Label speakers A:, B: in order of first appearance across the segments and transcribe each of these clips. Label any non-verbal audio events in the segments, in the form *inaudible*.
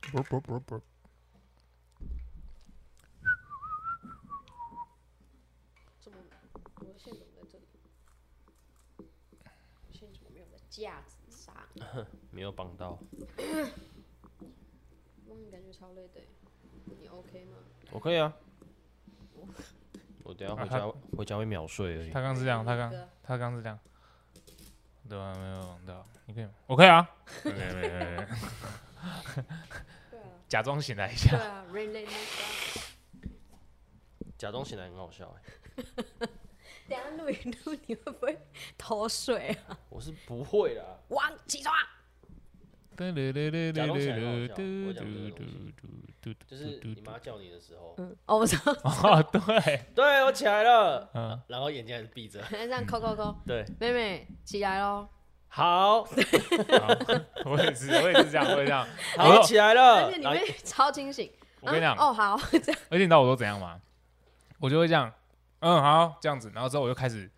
A: 不不不不。
B: 怎么我的线怎么在这里？我线怎么没有在架子上？啊
C: 没有绑到。
B: 嗯，感觉超累的欸。你 OK 吗？
C: 我可以啊。我等一下回
A: 啊
C: 家回家会秒睡而已。
A: 他刚是这样，他
B: 哪
A: 刚
B: 个
A: 他刚是这样，对吧？没有绑到，你可以吗？我可以啊，没有没有没有没有
B: 对啊，
A: 假装醒来一
B: 对
A: 下。
B: 啊，rain late night
C: 假装醒来很好笑哎、
B: star。等一下录一录，你会不会脱水啊？
C: 我是不会啦。
B: 王起床，
A: 嘟噜噜噜
C: 假
A: 噜
C: 装
A: 噜
C: 起来很好
A: 噜
C: 笑
A: 嘟嘟嘟
C: 我讲这个东西
A: 嘟嘟
C: 就是
A: 嘟
C: 你
A: 嘟。
C: 妈叫你的时候，
B: 嗯，哦，我知道，
A: *laughs* 哦，对，
C: 对我起来了，
A: 嗯，
C: 然后眼睛还是闭着。
B: 这样扣扣扣，
C: 对，
B: 妹妹起来喽。
C: 好，
A: 好我也是，我也是这样，我也这样。
C: 好起来
B: 而
C: 了
B: 且。你
C: 然后
B: 妹超清醒。
A: 我跟你讲
B: 啊，哦，好，这样
A: 而且你知道我都怎样吗？我就会这样，嗯，好，这样子，然后之后我就开始，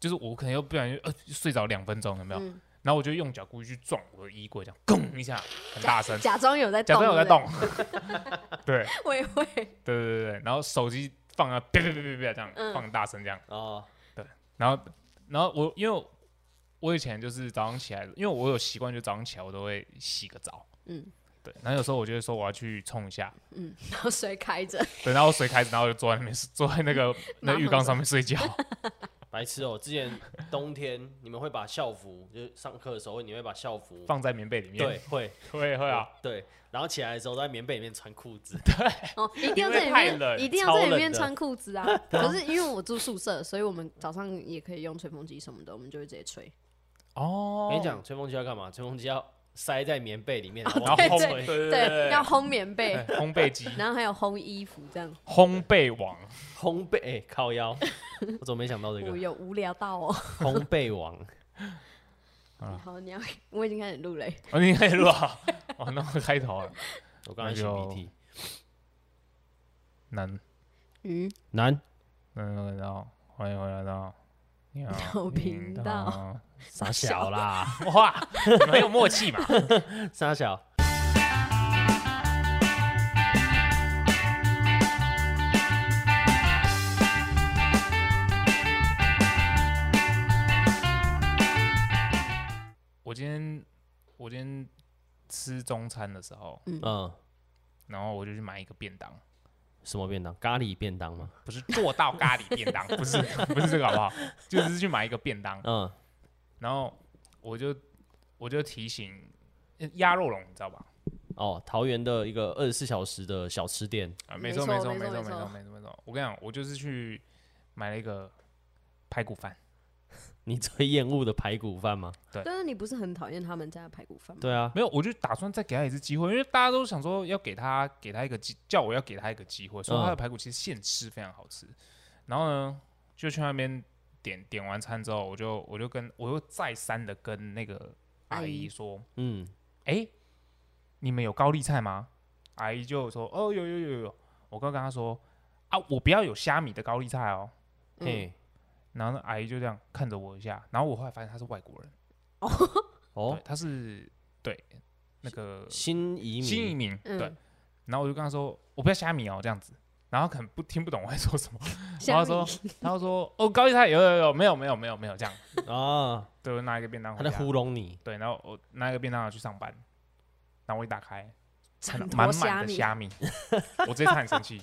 A: 就是我可能又不小心呃睡着两分钟，有没有？
B: 嗯
A: 然后我就用脚故意去撞我的衣柜，这样咣一下，很大声，
B: 假装有在
A: 假
B: 动，
A: 装有在
B: 对
A: 动。对
B: 不对，我也会。
A: 对对对对，然后手机放啊，别别别别别这样
B: 嗯
A: 放大声这样，
C: 哦，
A: 然后然后我因为我以前就是早上起来，因为我有习惯，就早上起来我都会洗个澡。
B: 嗯
A: 对，然后有时候我就会说我要去冲一下，
B: 嗯，然后水开着，
A: 对，然后水开始，然后我就坐在那边坐在那 *laughs* 个那浴缸上面睡觉。
C: 白痴哦！之前冬天你们会把校服，就是上课的时候，你会把校服
A: *laughs* 放在棉被里面。
C: 对，会
A: 会会啊，，
C: 对，然后起来的时候都在棉被里面穿裤子，
B: 哦，一定要
A: 因为
B: 在里
A: 太冷
B: 面，一定要
C: 超
B: 在里
C: 冷
B: 面
C: 的
B: 穿
A: *laughs*
B: 裤子啊。可是因为我住宿舍，所以我们早上也可以用吹风机什么的，我们就会直接吹。
A: 哦
C: 我跟你，讲，吹风机要干嘛？吹风机要塞在棉被 *laughs* 里面，然
A: 然后
C: 后
B: 对
A: 烘
B: 对
A: 对对
B: 对，
A: 对，
B: 要烘棉被，
A: 对烘焙机、
B: 然后还有烘衣服这样。
A: 烘焙王，
C: 烘焙，哎、
B: *laughs*
C: 靠腰，我怎么没想到这
B: 我
C: 个
B: 有无聊到哦。
C: 烘焙王？
A: 啊
B: *laughs* 好，你要，我已经开始录了欸。
A: 哦，你可以录啊，哦，那我开头了，
C: 我刚才擤
A: 哎
C: 鼻涕，
A: 难，
B: 嗯，
C: 难，
A: 嗯，然后欢迎回来到你
B: 有
A: 好
B: 频道，
A: *laughs*
C: 傻小啦，
A: 哇，你们很有默契嘛， *laughs*
C: 傻小。
A: 我今天我今天吃中餐的时候，
C: 嗯，
A: 然后我就去买一个便当，
C: 什么便当？咖喱便当吗？
A: 不是做到咖喱便当， *laughs* 不是不是这个好不好？就只是去买一个便当，
C: 嗯，
A: 然后我就我就提醒呃鸭肉笼，你知道吧？
C: 哦，桃园的一个二十四小时的小吃店，
A: 啊，
B: 没
A: 没错
B: 错
A: 错
B: 没
A: 没
B: 错
A: 没
B: 没
A: 错
B: 错
A: 没错没错。我跟你讲，我就是去买了一个排骨饭，
C: 你最厌恶的排骨饭吗？
B: 但是你不是很讨厌他们家的排骨饭吗？
C: 对啊，
A: 没有，我就打算再给他一次机会，因为大家都想说要给他给他一个机，叫我要给他一个机会，说他的
C: 嗯
A: 排骨其实现吃非常好吃。然后呢，就去那边点点完餐之后，我就我就跟我又再三的跟那个阿
B: 阿
A: 姨
B: 姨
A: 说，
C: 嗯，
A: 哎、你们有高丽菜吗？阿姨就说，哦，有有有有。我刚跟她说，啊，我不要有虾米的高丽菜哦。
B: 嗯
C: 嘿，
A: 然后那阿姨就这样看着我一下，然后我后来发现她是外国人，
C: 哦
A: 对，，她是对那个
C: 新移民，
A: 新移民，
B: 嗯
A: 对。然后我就跟她说，我不要虾米哦，这样子。然后可能不听不懂我在说什么，然
B: *laughs* 虾
A: 后
B: 米，
A: 说，
B: *laughs*
A: 然后说，哦，高丽菜有有有，没有没有没有没有这样。
C: 啊，
A: 对，我拿一个便当
C: 他
A: 回
C: 在
A: 家，
C: 糊弄你，
A: 对，然后我拿一个便当去上班，然后我一打开，看到
B: 整坨
A: 满
B: 虾
A: 满的
B: 米
A: 虾
B: *laughs*
A: 米，我直接差点生气。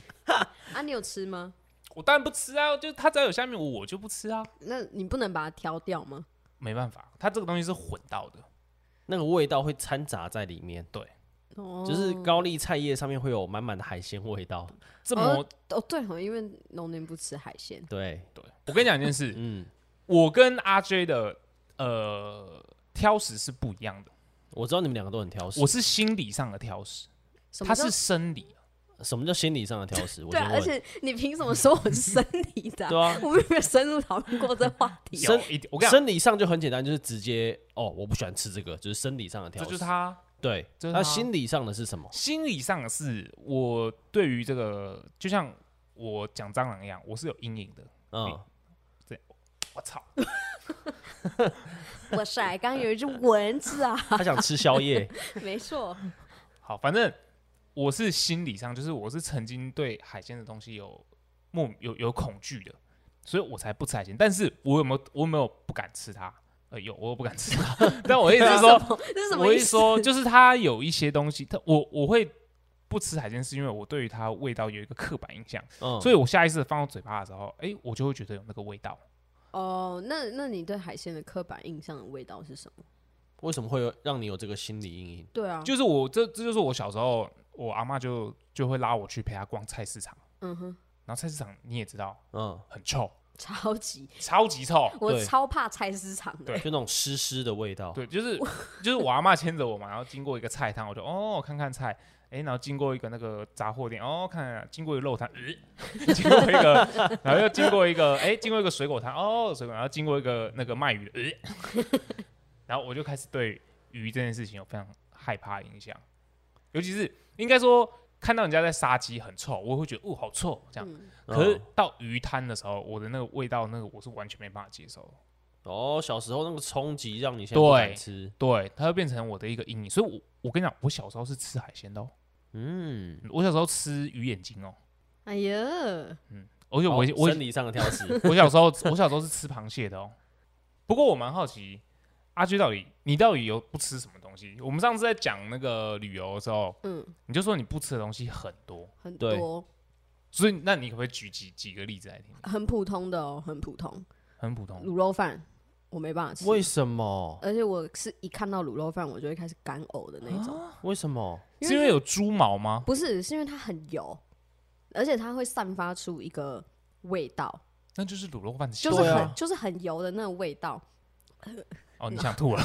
B: 啊？你有吃吗？
A: 我当然不吃啊，就是他只要有虾米，我就不吃啊，
B: 那你不能把它挑掉吗？
A: 没办法，它这个东西是混到的。
C: 那个味道会掺杂在里面，
B: 哦，
C: 就是高丽菜叶上面会有满满的海鲜味道。
A: 这么，
B: 哦哦，对哦，因为龙年不吃海鲜，
C: 对，
A: 我跟你讲一件
C: *laughs*
A: 事，
C: 嗯，
A: 我跟阿 J 的呃挑食是不一样的，
C: 我知道你们两个都很挑食。
A: 我是心理上的挑食，
B: 什么
A: 他
B: 叫
A: 是生理。
C: 什么叫心理上的挑食？我
B: 对啊
C: 先，问
B: 而且你凭什么说我是生理的啊、
C: 对啊
B: 我们有没有深入讨论过这话 *laughs* 题啊？
A: 有一点，我跟你讲，
C: 生理上就很简单，就是直接哦，我不喜欢吃这个，就是生理上的挑
A: 这
C: 食。
A: 就是他
C: 对，
A: 这是
C: 那
A: 他
C: 心理上的是什么？
A: 心理上的是我对于这个，就像我讲蟑螂一样，我是有阴影的。
C: 嗯，
A: 我操，
B: 哇塞，刚刚有一只蚊子啊！
C: *laughs* 他想吃宵夜，
B: *laughs* 没错，
A: 好，反正我是心理上，就是我是曾经对海鲜的东西有莫有有恐惧的，所以我才不吃海鲜。但是我有没有我有没有不敢吃它？呃，有，我有不敢吃
B: *laughs*
A: 它。但我的意思是说，
B: *laughs* 这是什么
A: 啊
B: *laughs*
A: 我
B: 意
A: 一
B: 思？
A: 说就是它有一些东西，它我我会不吃海鲜，是因为我对于它味道有一个刻板印象，
C: 嗯，
A: 所以我下意识地放到嘴巴的时候，哎、我就会觉得有那个味道。
B: 哦，那那你对海鲜的刻板印象的味道是什么？
C: 为什么会有让你有这个心理阴影？
B: 对啊，
A: 就是我这这就是我小时候，我阿妈就就会拉我去陪她逛菜市场，
B: 嗯哼，
A: 然后菜市场你也知道
C: 嗯，
A: 很臭，
B: *laughs* 超级，
A: 超级臭。
B: 我
C: 对
B: 超怕菜市场的
A: 对。
C: 就那种湿湿的味道。
A: 对，就是就是我阿妈牵着我嘛，然后经过一个菜摊，我就哦看看菜，哎，然后经过一个那个杂货店，哦看看，经过一个肉摊，呃、 *laughs* 经过一个， *laughs* 然后又经过一个，哎，经过一个水果摊，哦水果，然后经过一个那个卖鱼的，呃、 *laughs* 然后我就开始对鱼这件事情有非常害怕的影响，尤其是应该说看到人家在杀鸡很臭，我会觉得哦好臭这样，
B: 嗯，
A: 可是
C: 嗯
A: 到鱼摊的时候，我的那个味道那个我是完全没办法接受的。
C: 哦，小时候那个冲击让你现在不敢
A: 对
C: 吃。
A: 对，它会变成我的一个阴影。所以我，我跟你讲，我小时候是吃海鲜的、哦，
C: 嗯，
A: 我小时候吃鱼眼睛哦，
B: 哎呀，
A: 而且我、
C: 哦
A: 我。
C: 生理上的挑食
A: 我小时候我小时候是吃螃蟹的哦。不过我蛮好奇，阿居到底你到底有不吃什么东西？我们上次在讲那个旅游的时候，
B: 嗯，
A: 你就说你不吃的东西很多，
B: 很
C: 对
B: 多
A: 所以那你可不可以举几几个例子来听？
B: 很普通的哦，很普通。
A: 很普通，
B: 卤肉饭我没办法吃，
C: *laughs* 为什么？
B: 而且我是一看到卤肉饭我就会开始干呕的那种。
C: 为什么？
B: 因为
A: 是因为有猪毛吗？
B: 不是，是因为它很油，而且它会散发出一个味道，
A: 那就是卤肉饭的
B: 就
A: 香
B: 是
C: 对
B: 很、
C: 啊
A: 味
B: 就是很油的那种味道。
A: 哦，你想
B: *laughs*
A: 吐了，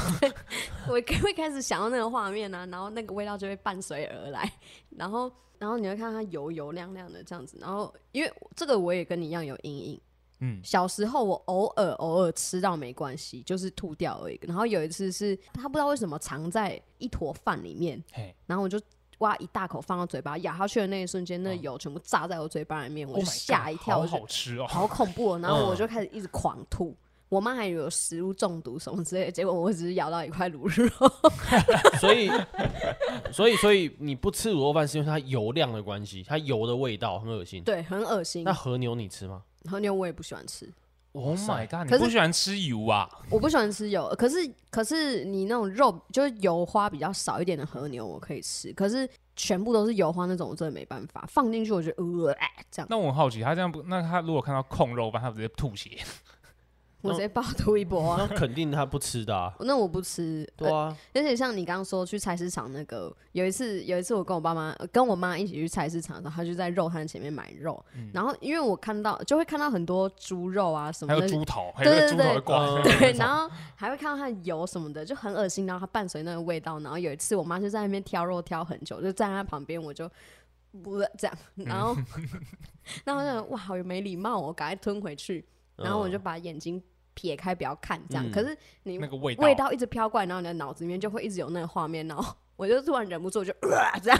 B: 我会 *laughs* 开始想到那个画面啊，然后那个味道就会伴随而来，然后然后你会看它油油亮亮的这样子，然后因为这个我也跟你一样有阴影，
A: 嗯，
B: 小时候我偶尔偶尔吃到没关系，就是吐掉而已。然后有一次是它不知道为什么藏在一坨饭里面，
A: 嘿
B: 然后我就挖一大口放到嘴巴，咬下去的那一瞬间，那
A: 嗯
B: 油全部炸在我嘴巴里面，我
A: Oh
B: 就
A: my
B: 吓
A: God，
B: 一跳，我
A: 好
B: 就
A: 好吃哦，
B: 好恐怖、哦。然后我
C: 嗯
B: 就开始一直狂吐，我妈还以为有食物中毒什么之类的，结果我只是咬到一块卤肉。
C: 所以， *laughs* 所以，所以你不吃卤肉饭是因为它油量的关系，它油的味道很恶心。
B: 对，很恶心
C: 那。和牛你吃吗？
B: 和牛我也不喜欢吃，
A: Oh my
C: 塞
A: god！你
B: 可是
A: 不喜欢吃油啊？
B: 我不喜欢吃油，可是可是你那种肉就是油花比较少一点的和牛我可以吃，可是全部都是油花那种我真的没办法放进去，我觉得呃哎这样，
A: 那我很好奇，他这样不？那他如果看到控肉饭，他直接吐血？
B: 我直接暴吐一波、啊。
C: 那肯定他不吃的啊。
B: 那我不吃，呃
C: 对啊，
B: 而且像你刚刚说去菜市场那个，有一次有一次我跟我爸妈、呃跟我妈一起去菜市场，然后她就在肉摊前面买肉，
C: 嗯
B: 然后因为我看到就会看到很多猪肉啊什
A: 还有
B: 么的，
A: 猪头，还有那个
B: 对对
A: 猪头
B: 对
A: 的
C: 嗯
A: 挂。
B: 对，然后还会看到它的油什么的，就很恶心，然后它伴随那个味道，然后有一次我妈就在那边挑肉挑很久，就站在她旁边，我就。不这样，然后，然后我就想哇，好没礼貌哦，我赶快吞回去，然后我就把眼睛撇开，不要看这样。
C: 嗯
B: 可是你
A: 那个味道，
B: 味道一直飘过来，然后你的脑子里面就会一直有那个画面，然后 *laughs* 我就突然忍不住我就、
A: *laughs*
B: 呃、 *laughs* 这样，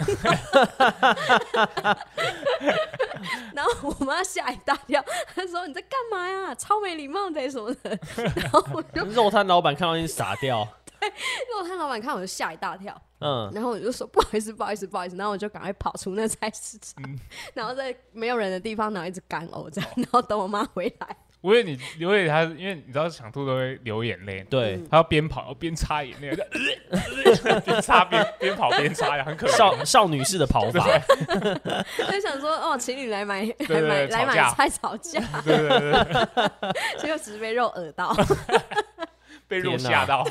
B: 然后我妈吓一大跳，她说你在干嘛呀？超没礼貌的什么的。 *laughs* 然后我就，
C: 嗯肉摊老板看到你傻掉。
B: 肉摊老板看我就吓一大跳，
C: 嗯，
B: 然后我就说不好意思，不好意思，不好意思，然后我就赶快跑出那菜市场，
A: 嗯
B: *laughs* 然后在没有人的地方，然后一直干呕这样， *laughs* 然后等我妈回来。
A: 我以为你，我以为他，因为你知道想吐都会流眼泪，
B: 嗯
C: 对，
A: 他要边跑边擦眼泪，就 *laughs* 边擦边边跑边擦，然后很可怜。
C: 少少女式的
A: *laughs*
C: 跑法。
B: 就想说哦，请你来买
A: 对对
B: 来买
A: 吵
B: 来买
A: 架
B: 菜吵架，
A: *laughs* 对对对对，
B: *laughs* 结果只是被肉饵到。
A: 被肉
C: 天哪
A: 吓到，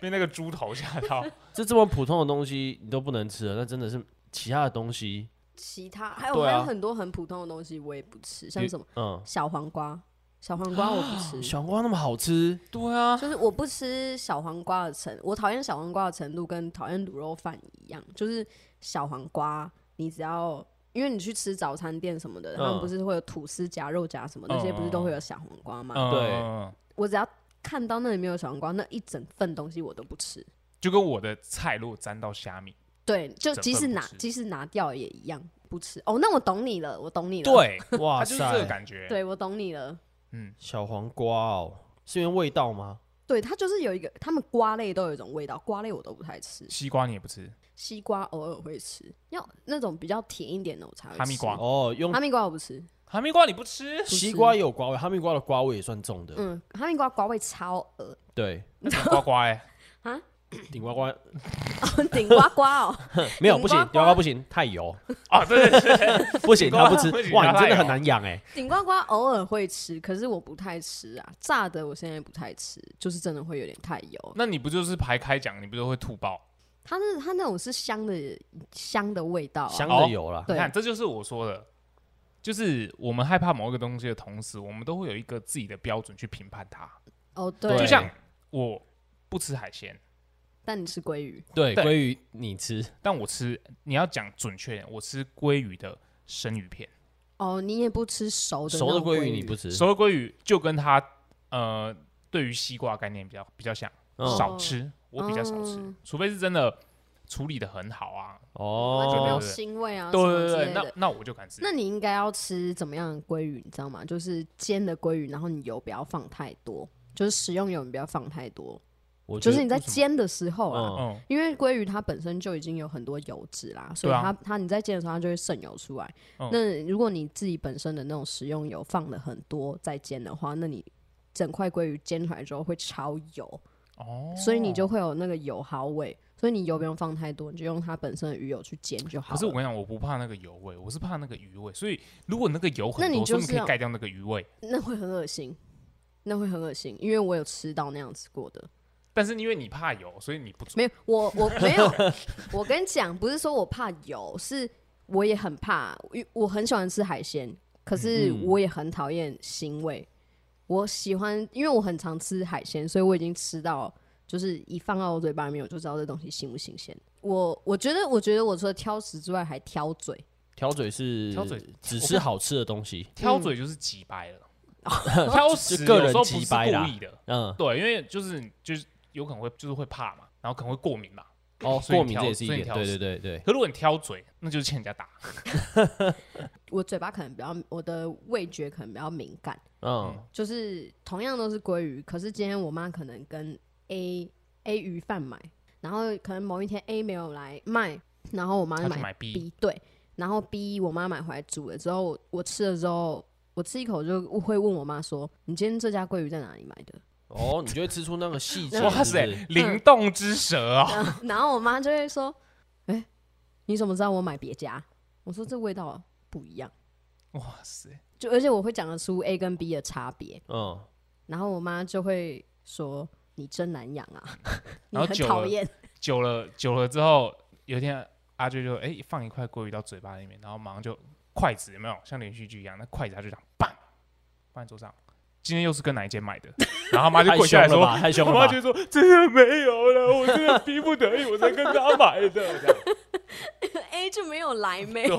A: 被那个猪头吓
C: *laughs*
A: 到。
C: 这这么普通的东西你都不能吃了，那真的是其他的东西，
B: 其他还有、
C: 对啊
B: 还有很多很普通的东西我也不吃，像什么嗯
C: 嗯，
B: 小黄瓜，小黄
A: 啊
B: 瓜我不吃，
C: 小黄瓜那么
A: *laughs*
C: 好吃，
A: 对啊，
B: 就是我不吃小黄瓜的程，我讨厌小黄瓜的程度跟讨厌卤肉饭一样，就是小黄瓜你只要。因为你去吃早餐店什么的，他们
C: 嗯
B: 不是会有吐司夹肉夹什么，那些不是都会有小黄瓜吗？
A: 嗯
C: 对，
B: 我只要看到那里面有小黄瓜，那一整份东西我都不吃。
A: 就跟我的菜如果沾到虾米，
B: 对，就
A: 整份
B: 即使
A: 不
B: 拿
A: 吃
B: 即使拿掉也一样不吃。哦，那我懂你了，我懂你了。，
A: 对，
C: 哇
A: 它就是这个
C: 塞，
A: 感觉。
B: 对我懂你了。
A: 嗯，
C: 小黄瓜哦，是因为味道吗？
B: 对，它就是有一个，他们瓜类都有一种味道，瓜类我都不太吃，
A: 西瓜你也不吃，
B: 西瓜偶尔会吃，要那种比较甜一点的我才会吃。
A: 哈密瓜
C: 哦，用
B: 哈密瓜我不吃，
A: 哈密瓜你不
C: *laughs*
A: 吃？
C: 西瓜也有瓜味，哈密瓜的瓜味也算重的。
B: 嗯，哈密瓜瓜味超恶
C: 对，
A: 顶呱呱
C: *laughs*
A: 哎，
B: 啊，
C: 顶呱
A: 呃
C: 呱
B: *laughs* 顶呱呱哦，
C: 没有
B: 顶
C: 不行，
B: 呱
C: 顶呱呱不行，太油，
A: 哦对 *laughs* 对对，
C: 不行，
A: 顶呱呱
C: 他不吃
A: 不行。
C: 哇，你
A: 它
C: 真的
A: 太
C: 很
A: 油
C: 难养哎。
B: 顶呱呱偶尔会吃，可是我不太吃啊，炸的我现在不太吃，就是真的会有点太油。
A: 那你不就是排开讲，你不就会吐爆？
B: 它是它那种是香的香的味道、啊，
C: 香的油啦。
A: 你
B: 对
A: 看，这就是我说的，就是我们害怕某一个东西的同时，我们都会有一个自己的标准去评判它。
B: 哦
C: 对
B: 对，
A: 就像我不吃海鲜，
B: 但你吃鲑鱼，
C: 对，
A: 对
C: 鲑鱼你吃，
A: 但我吃，你要讲准确点，我吃鲑鱼的生鱼片，
B: 哦你也不吃熟的
C: 熟的
B: 那种
C: 鲑
B: 鲑
C: 鱼你不吃，
A: 熟的鲑鱼就跟它呃对于西瓜的概念比较比较像，
C: 嗯
A: 少吃，我比较少吃，
B: 嗯
A: 除非是真的处理的很好啊，
B: 完全没有
C: 哦，
A: 对对对
B: 腥味啊，
A: 对
B: 什么
A: 对
B: 之
A: 对
B: 类，
A: 那
B: 的
A: 那我就敢吃。
B: 那你应该要吃怎么样的鲑鱼，你知道吗？就是煎的鲑鱼，然后你油不要放太多，就是食用油你不要放太多，
C: 我觉
B: 就
C: 得
B: 是你在
A: 为什么
B: 煎的时候啊，
C: 嗯，
A: 嗯，
B: 因为鲑鱼它本身就已经有很多油脂啦，所以
A: 对啊
B: 它、它你在煎的时候它就会渗油出来。
A: 嗯
B: 那如果你自己本身的那种食用油放的很多在煎的话，那你整块鲑鱼煎出来之后会超油，
A: 哦，
B: 所以你就会有那个油耗味。所以你油不用放太多，你就用它本身的鱼油去煎就
A: 可
B: 好了。
A: 是我跟你讲，我不怕那个油味，我是怕那个鱼味。所以如果那个油
B: 那
A: 很
B: 你
A: 多，
B: 就
A: 说不
B: 是
A: 定可
B: 要
A: 以盖掉那个鱼味。
B: 那会很恶心，那会很恶心，因为我有吃到那样子过的。
A: 但是因为你怕油，所以你不
B: 没有，我我没
C: *laughs*
B: 有。我跟你讲，不是说我怕油，是我也很怕，因我很喜欢吃海鲜，可是
C: 嗯
B: 我也很讨厌腥味。我喜欢，因为我很常吃海鲜，所以我已经吃到，就是一放到我嘴巴里面，我就知道这东西新不新鲜。我我觉得，我觉得我除了挑食之外，还挑嘴。
C: 挑嘴是
A: 挑嘴
C: 只吃好吃的东西，
A: 挑嘴就是挤掰
C: *laughs*
A: 了，挑食
C: 嗯个人
A: 有时候不
C: 挤
A: 是
C: 掰啦
A: 故意的，
C: 嗯，
A: 对，因为就是就是有可能会就是会怕嘛，然后可能会过敏嘛。
C: 哦，
A: 所以
C: 过敏
A: 挑
C: 这也是一
A: 所以
C: 点，
A: 挑
C: 对
A: 食
C: 对对对，
A: 可如果你挑嘴，那就是欠人家打。
B: 我嘴巴可能比较，我的味觉可能比较敏感。
C: 嗯，
B: 就是同样都是鲑鱼，可是今天我妈可能跟 A A 鱼贩买，然后可能某一天 A 没有来卖，然后我妈
A: 他
B: 就
A: 去
B: 买
A: 买 B，
B: B，对，然后 B 我妈买回来煮了之后，我我吃了之后，我吃一口就会问我妈说：“你今天这家鲑鱼在哪里买的 *laughs*
C: 哦，你就嗯会吃出那个细节，
A: 哇
C: 是
A: 塞
C: 不是，
A: 灵动之蛇啊！”
B: 然后然后我妈就会说：“哎、你怎么知道我买别家？”我说：“这味道不一样。
A: 哇塞，”
B: 就而且我会讲得出 A 跟 B 的差别，
C: 嗯，
B: 然后我妈就会说：“你真难养啊， *laughs* 你
A: 然后
B: 很
A: 久
B: 讨
A: 了
B: 厌。”
A: 久了久了之后，有一天阿追就哎、放一块鲑鱼到嘴巴里面，然后马上就筷子有没有像连续剧一样，那筷子他就这样棒放在桌上。今天又是跟哪一间买的？然后他妈就
C: 太
A: 跪下来
C: 凶了
A: 说
C: 吧，：“太凶
A: 我
C: 了
A: 妈
C: 吧
A: 就，说真的没有了，我真的逼不得已，我才跟他买的。这样
B: *laughs* A 就没有
C: *laughs*
B: 来妹。 *laughs*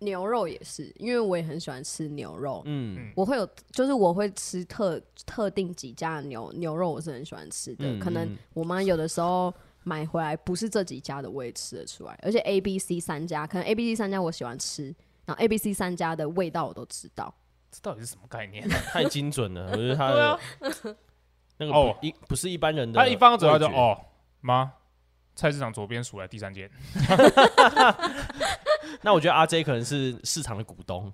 B: 牛肉也是，因为我也很喜欢吃牛肉，
C: 嗯，
B: 我会有就是我会吃特特定几家的牛牛肉，我是很喜欢吃的。
C: 嗯
B: 可能
C: 嗯
B: 我妈有的时候买回来不是这几家的，我也吃得出来。而且 A、B、C 三家，可能 A、B、C 三家我喜欢吃，然后 A、B、C 三家的味道我都知道。
A: *laughs* 这到底是什么概 *laughs* 念？
C: 太精准了，我
A: *laughs*
C: 觉得他
A: 对啊
C: 的，那个
A: 哦
C: 不一不是一般人的
A: 他
C: 味觉，
A: 一放到嘴巴就哦，妈，菜市场左边数来第三间， *laughs*
C: 那我觉得阿 J 可能是市场的股东，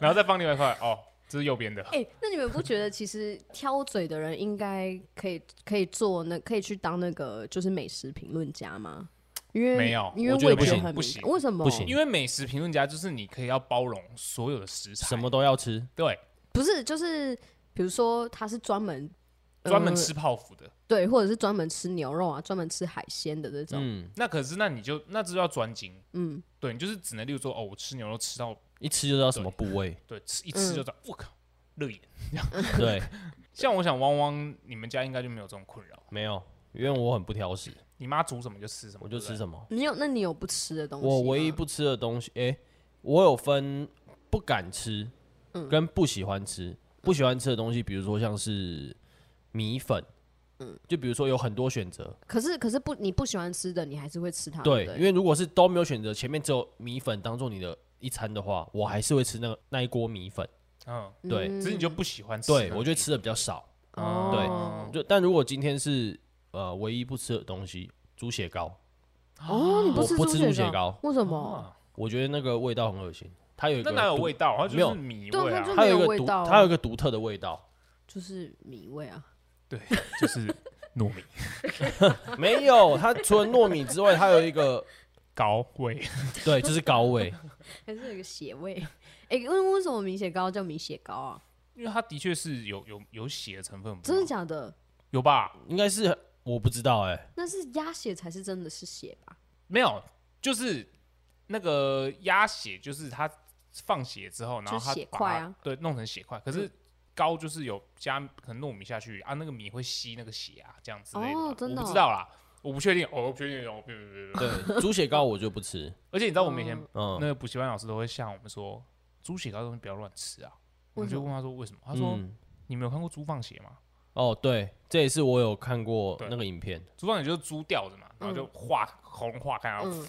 A: 然后再放另外一块哦，这是右边的。
B: 哎、那你们不觉得其实挑嘴的人应该可以可以做那可以去当那个就是美食评论家吗？因为
A: 没有
B: 因为
C: 我觉
B: 味
C: 得不
B: 觉
C: 行
B: 很
A: 不
B: 敏
A: 行
B: 感，为什么
C: 不行
A: 因为美食评论家就是你可以要包容所有的食材，
C: 什么都要吃，
A: 对，
B: 不是，就是比如说他是专门呃
A: 专门吃泡芙的。
C: 嗯
B: 对，或者是专门吃牛肉啊，专门吃海鲜的这种。
C: 嗯，
A: 那可是那你就那这就要专精，
B: 嗯，
A: 对你就是只能例如说哦，我吃牛肉吃到
C: 一吃就知道什么部位，
A: 对吃一吃就知道，
C: 嗯
A: 我、靠，热眼。
C: 对，
A: 像我想汪汪，你们家应该就没有这种困扰，
C: 没有，因为我很不挑食，
A: 你妈煮什么就吃什么，
C: 我就吃
A: 么。
C: 什么。
B: 你有那你有不吃的东西吗？
C: 我唯一不吃的东西，诶，我有分不敢吃，
B: 嗯
C: 跟不喜欢吃。不喜欢吃的东西，比如说像是米粉，
B: 嗯
C: 就比如说有很多选择，
B: 可是可是不你不喜欢吃的，你还是会吃它。
C: 对，
B: 不
C: 因为如果是都没有选择，前面只有米粉当做你的一餐的话，我还是会吃那个那一锅米粉，
A: 嗯，
C: 对，
A: 只是你就不喜欢吃而已。
C: 对我就吃的比较少，对
B: 哦，
C: 就但如果今天是呃唯一不吃的东西，猪血糕，
B: 哦，你
C: 我
B: 吃
C: 不
B: 猪
C: 吃猪血糕，啊
B: 为什么？
A: 哦，
C: 我觉得那个味道很恶心，它有一
A: 那
C: 个
A: 哪有
C: 独
A: 味道？它
C: 没
A: 就
C: 有
A: 是米
B: 对
A: 味
B: 它
A: 啊
B: 就，
C: 它
B: 没
C: 有
B: 有
C: 一个
B: 味
C: 独，
B: 道
C: 它有一个独特的味道。
B: 就是米味啊，
A: 就是糯米
C: 没有，它除了糯米之外，它有一个
A: 糕味。
C: *laughs* 对，就是高味。
B: 还是有一个血味？ *laughs* 哎，为为什么米血糕叫米血糕啊？
A: *laughs* 因为它的确是有有有血的成分，不是
B: 真的
A: 吗
B: 假的？
A: 有吧？
C: 应该是我不知道哎、
B: *laughs* 那是鸭血才是真的是血吧？
A: 没有，就是那个鸭血，就是它放血之后，然后
B: 就是
A: 它
B: 血
A: 把
B: 块
A: 它
B: 啊，
A: 对，弄成血块。可是糕就是有加可能糯米下去啊，那个米会吸那个血啊，这样之类的吧。
B: 哦
A: 我
B: 真的
A: 不知
B: 哦
A: 道啦，我不确定，哦我不确定，哦，别别别别别。
C: 对，猪血糕我就不吃。
A: 而且你知道我们以前
B: 嗯
A: 那
C: 嗯，
A: 个补习班老师都会吓我们说，猪血糕的东西不要乱吃啊。我
B: 为
A: 们
B: 什
A: 就
B: 么
A: 问他说为什么？他说
C: 嗯
A: 你没有看过猪放血吗？
C: 哦，对，这也是我有看过
A: 对
C: 那个影片。
A: 猪放血就是猪吊着嘛，然后就化喉咙化开，然后
B: 嗯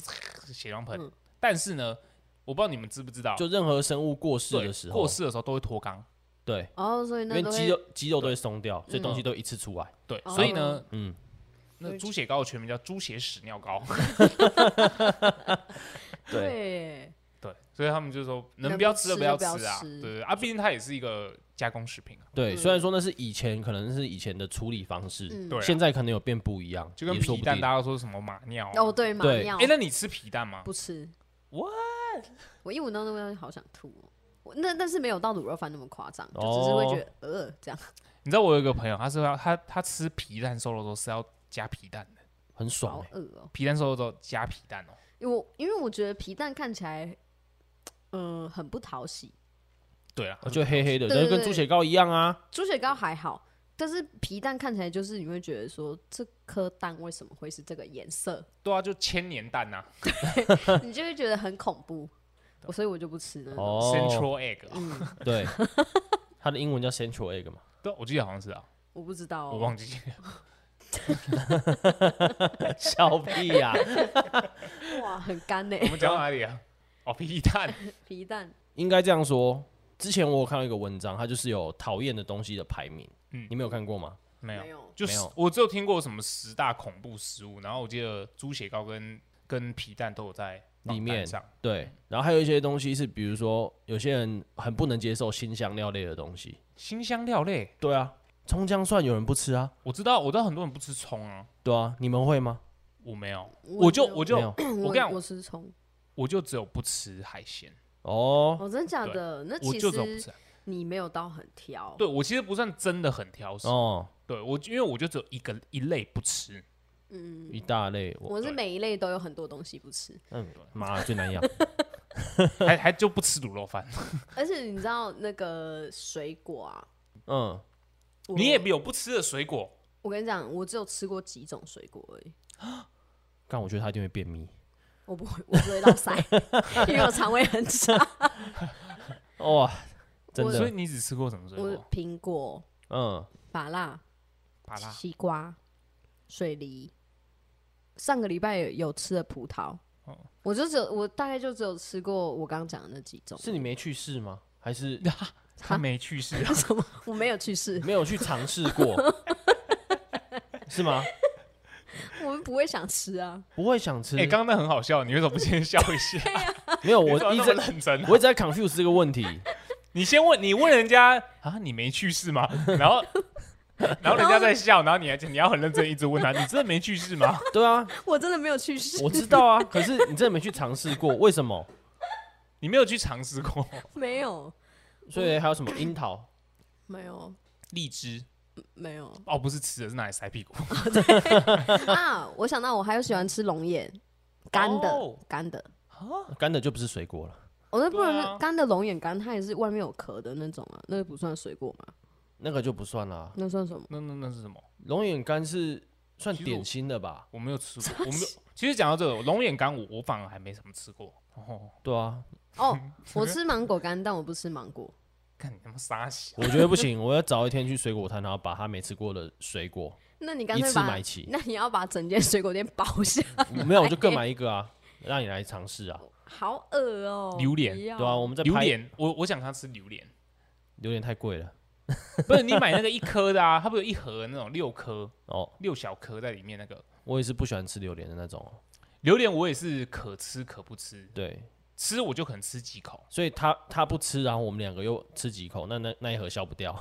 A: 血浆喷
B: 嗯。
A: 但是呢，我不知道你们知不知道，
C: 就任何生物过世
A: 对
C: 的时候，
A: 过世的时候都会脱肛。
C: 对，
B: 哦，所以
C: 因
B: 那
C: 为
B: 都
C: 肌
B: 会
C: 肉肌肉都会松掉，所以东西都一次出来。
A: 对，
B: 哦
A: 所以呢，
C: 嗯，
A: 那猪血糕的全名叫猪血屎尿
B: *laughs*
A: 膏。
B: 对，
C: 对，
A: 对，所以他们就说能
B: 能
A: 不要
B: 不
A: 吃的
B: 吃
A: 不
B: 就
A: 要
B: 不要
A: 吃啊。
B: 吃
A: 对对啊，毕竟它也是一个加工食品啊，
C: 对，虽然说那是以前可能是以前的处理方式，
B: 嗯
A: 对啊
C: 现在可能有变不一样，
A: 就跟
C: 也说
A: 皮
C: 不
A: 蛋，
C: 定。
A: 大家说什么马尿啊。
B: 哦，对，麻
C: 对
B: 药
A: 哎，那你吃皮蛋吗？
B: 不吃。我一闻到那味道就好想吐、哦。我那但是没有到卤肉饭那么夸张，就只是会觉
A: 哦
B: 得呃这样。
A: 你知道我有一个朋友，他是要他他吃皮蛋瘦肉粥是要加皮蛋的，
C: 很
B: 好
C: 爽欸
B: 恶哦、
A: 皮蛋瘦肉粥加皮蛋哦。
B: 因为我因为我觉得皮蛋看起来，嗯、很不讨喜。
A: 对啊，
C: 我就黑黑的，
B: 对对
C: 就跟
B: 对
C: 猪血糕一样啊。
B: 猪血糕还好，但是皮蛋看起来就是你会觉得说这颗蛋为什么会是这个
A: *laughs*
B: 颜色，
A: 对啊，就千年蛋呐
B: 你就会觉得很恐怖。我所以我就不吃嗯那种。
C: 哦，
A: ，Central Egg 啊。
B: *laughs*
C: 对，它的英文叫 Central Egg 嘛。
A: 对啊，我记得好像是啊，
B: 我不知道、哦，
A: *laughs* 我忘记。
C: 笑屁啊呀！
B: 哇，很干呢、
A: 我们讲到哪里啊？哦，皮蛋。
B: *laughs* 皮蛋。
C: 应该这样说。之前我有看到一个文章，它就是有讨厌的东西的排名，
A: 嗯
C: 你们有看过吗？
A: *laughs* 没有
B: 没有，
A: 就
C: 没
A: 是
C: 有
A: 我只有听过什么十大恐怖食物，然后我记得猪血糕跟跟皮蛋都有在
C: 里
A: 榜
C: 面
A: 单上。
C: 对，然后还有一些东西是，比如说有些人很不能接受新香料类的东西。
A: 新香料类，
C: 对啊，葱姜蒜有人不吃啊。
A: 我知道，我知道很多人不吃葱啊，没
C: 对啊，你们会吗？
A: 有我没有，
B: 我
A: 就
B: 没有
A: 我就
C: 没有。
A: 我
B: 我
A: 跟你讲
B: 我吃葱，
A: 我就只有不吃海鲜，
C: 哦，
B: 哦，真的假的？那
A: 我
B: 其
A: 就只有不
B: 实
A: 吃海。
B: 你没有到很挑，
A: 对我其实不算真的很挑食，
C: 哦，
A: 对我因为我就只有一个一类不吃，
B: 嗯，
C: 一大类，我
B: 我是
A: 对
B: 每一类都有很多东西不吃， *laughs*
C: 嗯，妈最难养。
A: 还还就不吃卤肉 *laughs* 饭。
B: 而且你知道那个水果啊，
C: 嗯，
B: 我
A: 你也有不吃的水果，
B: 我跟你讲，我只有吃过几种水果而已，
C: 但我觉得他一定会便秘。
B: 我不会，我不会落腮，因为我肠胃很差。
C: 哇， *laughs* 真
B: 我
A: 所以
C: 的，
A: 你只吃过什么水
B: 我
A: 果？
B: 苹果、
C: 嗯，
B: 芭辣、
A: 芭拉。
B: 西瓜、水梨，上个礼拜有有吃的葡萄。
A: 哦
B: 我就只有我大概就只有吃过我刚刚讲的那几种，
C: 是你没去试吗？还是
A: 他没去
C: *laughs*
A: 世啊，
B: 什么？我没有去试，
C: 没有去尝试过？是吗？
B: 我们不会想吃啊。
C: 不会想吃
A: 哎、？刚刚那很好笑，你为什么不先笑一下？
C: 没有，
A: 你
C: *laughs* 我
A: 怎么
C: 一
A: 那
C: 直
A: 么认真啊、
C: 我一直在 confuse 这个问题。
A: 你先问，你问人家 *laughs* 啊，你没去世吗？然
C: *laughs*
A: 后，然后人家在笑，然后你还你要很认真一直问他，你真的没去世吗？ *laughs*
C: 对啊，
B: 我真的没有去试，
C: 我知道啊，可是你真的没去尝试过，为什么？
A: 你没有去尝试过
B: *laughs*
A: *laughs*
B: 没有，
C: 所以还有什么樱桃？
B: 没有，
A: 荔枝？
B: 没有
A: 哦，不是吃的，是拿来塞屁股。
B: *laughs*
A: *laughs*
B: 啊！我想到我还有喜欢吃龙眼，干的
A: 哦，
B: 干的，
C: 干的就不是水果了，
B: 我那不
A: 对
B: 能
A: 啊
B: 干的龙眼干，它也是外面有壳的那种啊，那个不算水果吗？
C: 那个就不算啦。
B: 那算什么？
A: 那那那是什么？
C: 龙眼干是算
A: 其实我
C: 点心的吧？
A: 我没有吃过，我
C: *laughs*
A: 没有。其实讲到这个龙眼干，我我反而还没什么吃过。哦，
C: 对啊，
A: *laughs*
B: 哦，我吃芒果干，但我不吃芒果。
A: 看你他妈傻小。
C: 我觉得不行，我要早一天去水果摊，然后把他没吃过的水果
B: 那你干
C: 一
B: 脆
C: 次
B: 把
C: 买，齐。
B: *laughs* 那你要把整间水果店包下， *laughs*
C: 没有，我就各买一个啊，让你来尝试啊。
B: 好恶哦！
A: 榴莲
B: 不要
C: 对啊，我们在
A: 榴
C: 拍 *laughs*
A: 莲，我我想他吃榴莲，
C: 榴莲太贵了，
A: 不是你买那个一颗的啊，它不是有一盒那种六颗
C: 哦，
A: 六小颗在里面那个
C: 我也是不喜欢吃榴莲的那种。
A: 榴莲，我也是可吃可不吃，
C: 对，
A: 吃我就可能吃几口，
C: 所以他他不吃，然后我们两个又吃几口，那那那一盒消不掉。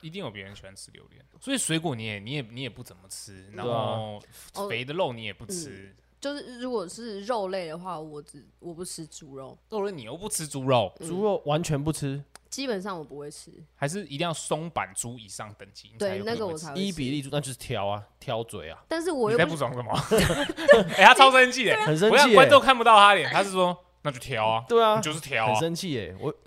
A: 一定有别人喜欢吃榴莲，所以水果你也你也你也不怎么吃，然
C: 对啊
A: 后
B: 哦嗯
A: 肥的肉你也不吃，
B: 就是如果是肉类的话，我只我不吃猪肉，
A: 肉类你又不吃猪肉，
B: 嗯
C: 猪肉完全不吃，
B: 基本上我不会吃。
A: 还是一定要松板猪以上等级，你才
B: 对
A: 有
B: 那
A: 可
B: 个
A: 能
B: 我
A: 会吃
B: 才会
C: 一
B: 吃
C: 比例猪，那就是挑啊，挑嘴啊，
B: 但是啊我
A: 你
B: 又
A: 在
B: 不
A: 不爽什么？
B: *laughs*
A: *laughs* 哎、他超生气的，
C: 很生
A: 我让
C: 气、
A: 观众
C: 耶
A: 看不到他脸，他是说那就挑啊，
C: 对啊
A: 你，就是挑
C: 很
A: 啊。
C: 生气耶、我
B: *laughs*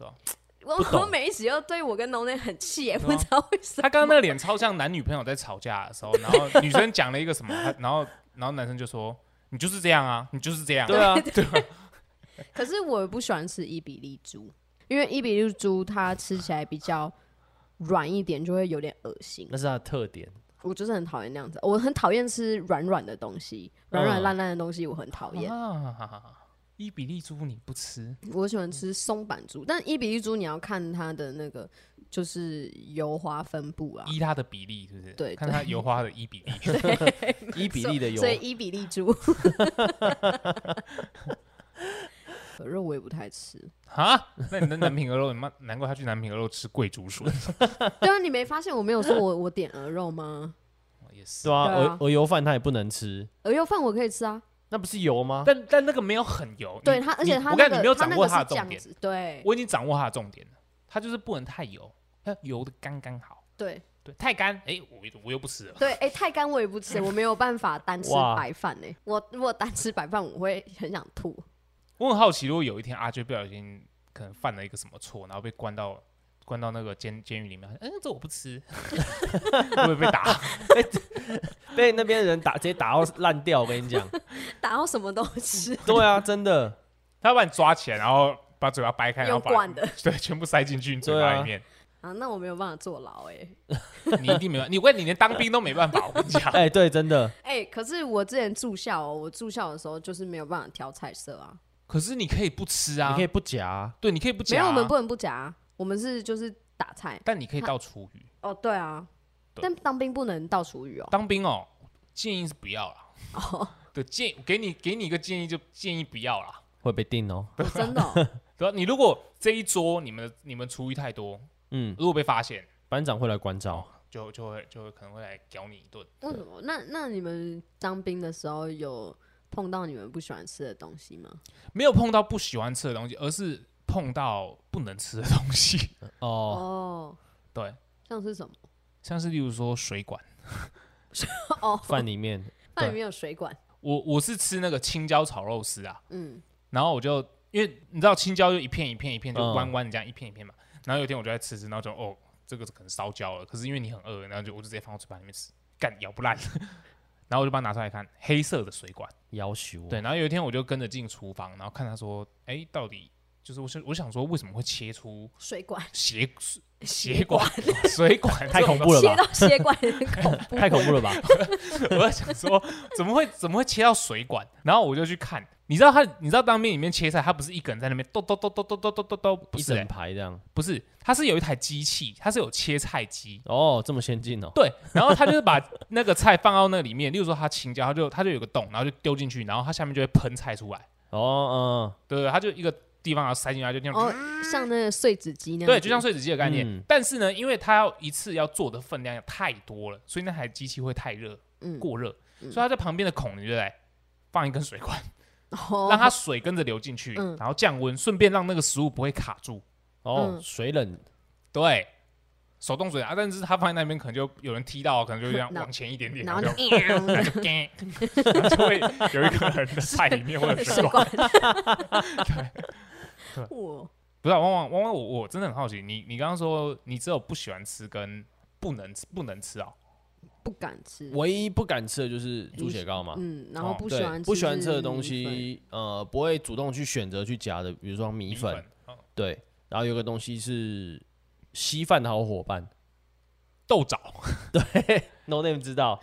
B: 我
C: 不懂
B: 我每一集都对我跟农内很气耶，
A: 对
B: 不
A: 啊
B: 知道为什
A: *laughs*
B: 么。
A: 他刚刚那个脸超像男女朋友在吵架的时候，然后女生讲了一个什么，他然后然后男生就说你就是这样啊，你就是这样、
C: 对啊，
B: 可是我不喜欢吃伊比利猪，因为伊比利猪它吃起来比较软一点，就会有点恶心。
C: *laughs* 那是它的特点。
B: 我就是很讨厌那样子，我很讨厌吃软软的东西，软软烂烂的东西我很讨厌。
A: 啊，伊比利猪你不吃，
B: 我喜欢吃松板猪，但伊比利猪你要看它的那个就是油花分布啊。
A: 依它的比例是不是？
B: 对
A: 看它油花的一比
B: *laughs*
A: 例。
C: 一比例的油
B: 所，以伊比利猪。 *laughs* 可肉我也不太吃，
A: 啊，那你的南平鹅肉，你妈难怪他去南平鹅肉吃桂竹笋，
B: 对啊，你没发现我没有说我我点鹅肉吗？
A: 也是。
C: 对啊，
B: 对啊
C: 鹅鹅油饭它也不能吃，
B: 鹅肉饭我可以吃啊，
C: 那不是油吗？
A: 但但那个没有很油，
B: 对
A: 你
B: 它，而
A: 你
B: 且它
A: 我
B: 那
A: 感觉
B: 个
A: 你没有
B: 它
A: 掌
B: 那
A: 握
B: 个
A: 它
B: 是
A: 的重
B: 酱
A: 点，
B: 子，对
A: 我已经掌握它的重点了，它就是不能太油，它油的刚刚好，
B: 对
A: 对，太干，哎、我又我又不吃了。
B: 对，哎、太干我也不吃，我没有办法单吃
C: 哇
B: 白饭呢、我如果单吃白饭，我会很想吐。
A: 我很好奇，如果有一天阿娟不小心可能犯了一个什么错，然后被关到关到那个监监狱里面，嗯、这我不吃， *laughs* 会不会被打？
C: *laughs* 被那边的人打，直接打到烂掉。我跟你讲，
B: 打到什么都
A: 嗯
B: 吃，
C: *laughs* 对啊，真的，
A: 他要把你抓起来，然后把嘴巴掰开，然后
B: 用
A: 把
B: 惯的
A: *laughs* 对全部塞进去你嘴巴里面，
B: 啊，那我没有办法坐牢哎、
A: 你一定没办法，你问你连当兵都没办法，我跟你讲。
C: *laughs* *laughs* 哎，对，真的，
B: 哎、可是我之前住校、哦，我住校的时候就是没有办法挑菜色啊，
A: 可是你可以不吃啊，
C: 你可以不夹啊，
A: 对，你可以不
B: 没
A: 夹、
B: 有
A: 啊，
B: 我们不能不夹啊，我们是就是打菜
A: 但你可以倒厨余。
B: 哦，对啊，
A: 对
B: 但当兵不能倒厨余哦，
A: 当兵哦，建议是不要啦。对，建给你给你一个建议，就建议不要啦。
C: 会被定哦。
B: 哦真
A: *laughs*
B: 的哦、
A: 对吧？你如果这一桌你们你们厨余太多，
C: 嗯，
A: 如果被发现，
C: 班长会来关照。
A: 就就会就会可能会来屌你一顿。
B: 为什么？那那你们当兵的时候有碰到你们不喜欢吃的东西吗？
A: 没有碰到不喜欢吃的东西，而是碰到不能吃的东西。 *laughs*
C: 哦，
B: 哦，
A: 对，
B: 像是什么？
A: 像是例如说水管，
B: 哦，
C: 饭里面
B: *laughs* 饭里面有水管，
A: 我我是吃那个青椒炒肉丝啊，
B: 嗯，
A: 然后我就因为你知道青椒就一片一片一片就
C: 嗯
A: 弯弯的这样一片一片嘛，然后有一天我就在吃吃，然后就哦这个可能烧焦了，可是因为你很饿，然后就我就直接放到嘴巴里面吃，干咬不烂， *laughs* 然后我就把它拿出来看，黑色的水管，
C: 要求，哦
A: 对，然后有一天我就跟着进厨房，然后看他说，哎，到底就是我想我想说为什么会切出
B: 水管
A: 血血管 *laughs* 水管
C: *laughs* 太
A: 这种
C: 恐怖了
B: 切
C: 吧？
B: 到血管很
A: *laughs*
B: 恐怖，
C: 太恐怖了 *laughs* 吧？
A: 我在想说，怎么会怎么会切到水管？然后我就去看，你知道他，你知道当兵里面切菜，他不是一个人在那边咚咚咚咚咚咚咚咚咚，不
C: 一
A: 是、
C: 整
A: 欸，
C: 排这样。
A: 不是，他是有一台机器，他是有切菜机。
C: 哦，这么先进哦。
A: 对，然后他就是把那个菜放到那里面，例如说他青椒，他就他就有个洞，然后就丢进去，然后它下面就会喷菜出来，
C: 哦，
A: 对对，他就一个地方然后塞进去，它就这样，
B: 哦，像那个碎纸机那样子，
A: 对，就像碎纸机的概念。
C: 嗯
A: 但是呢，因为它要一次要做的分量太多了，所以那台机器会太热，
B: 嗯
A: 过热，
B: 嗯
A: 所以它在旁边的孔里就来放一根水管。
B: 哦
A: 让它水跟着流进去，
B: 嗯
A: 然后降温，顺便让那个食物不会卡住。
C: 嗯，哦，
B: 嗯
C: 水冷
A: 对，手动水啊，但是它放在那边可能就有人踢到，可能就这样
B: 那
A: 往前一点点，
B: 然
A: 然
B: 后
A: 后就
B: 就
A: 然后
B: *laughs*
A: 就然后就会有一个人的菜里面会有水
B: *laughs* 水
A: 管。
B: 管， *laughs* 哇，
A: 不是啊、汪汪汪汪，我我真的很好奇，你你刚刚说你只有不喜欢吃跟不能吃不能吃哦，
B: 不敢吃，
C: 唯一不敢吃的就是猪血糕嘛。
B: 嗯，然
A: 哦
B: 后不
C: 对
B: 喜欢
C: 不喜欢吃的
B: 是
C: 东
B: 米
C: 西，呃，不会主动去选择去夹的，比如说米粉，
A: 哦
C: 对。然后有个东西是稀饭的好伙伴
A: 豆枣，
C: ，No Name 知道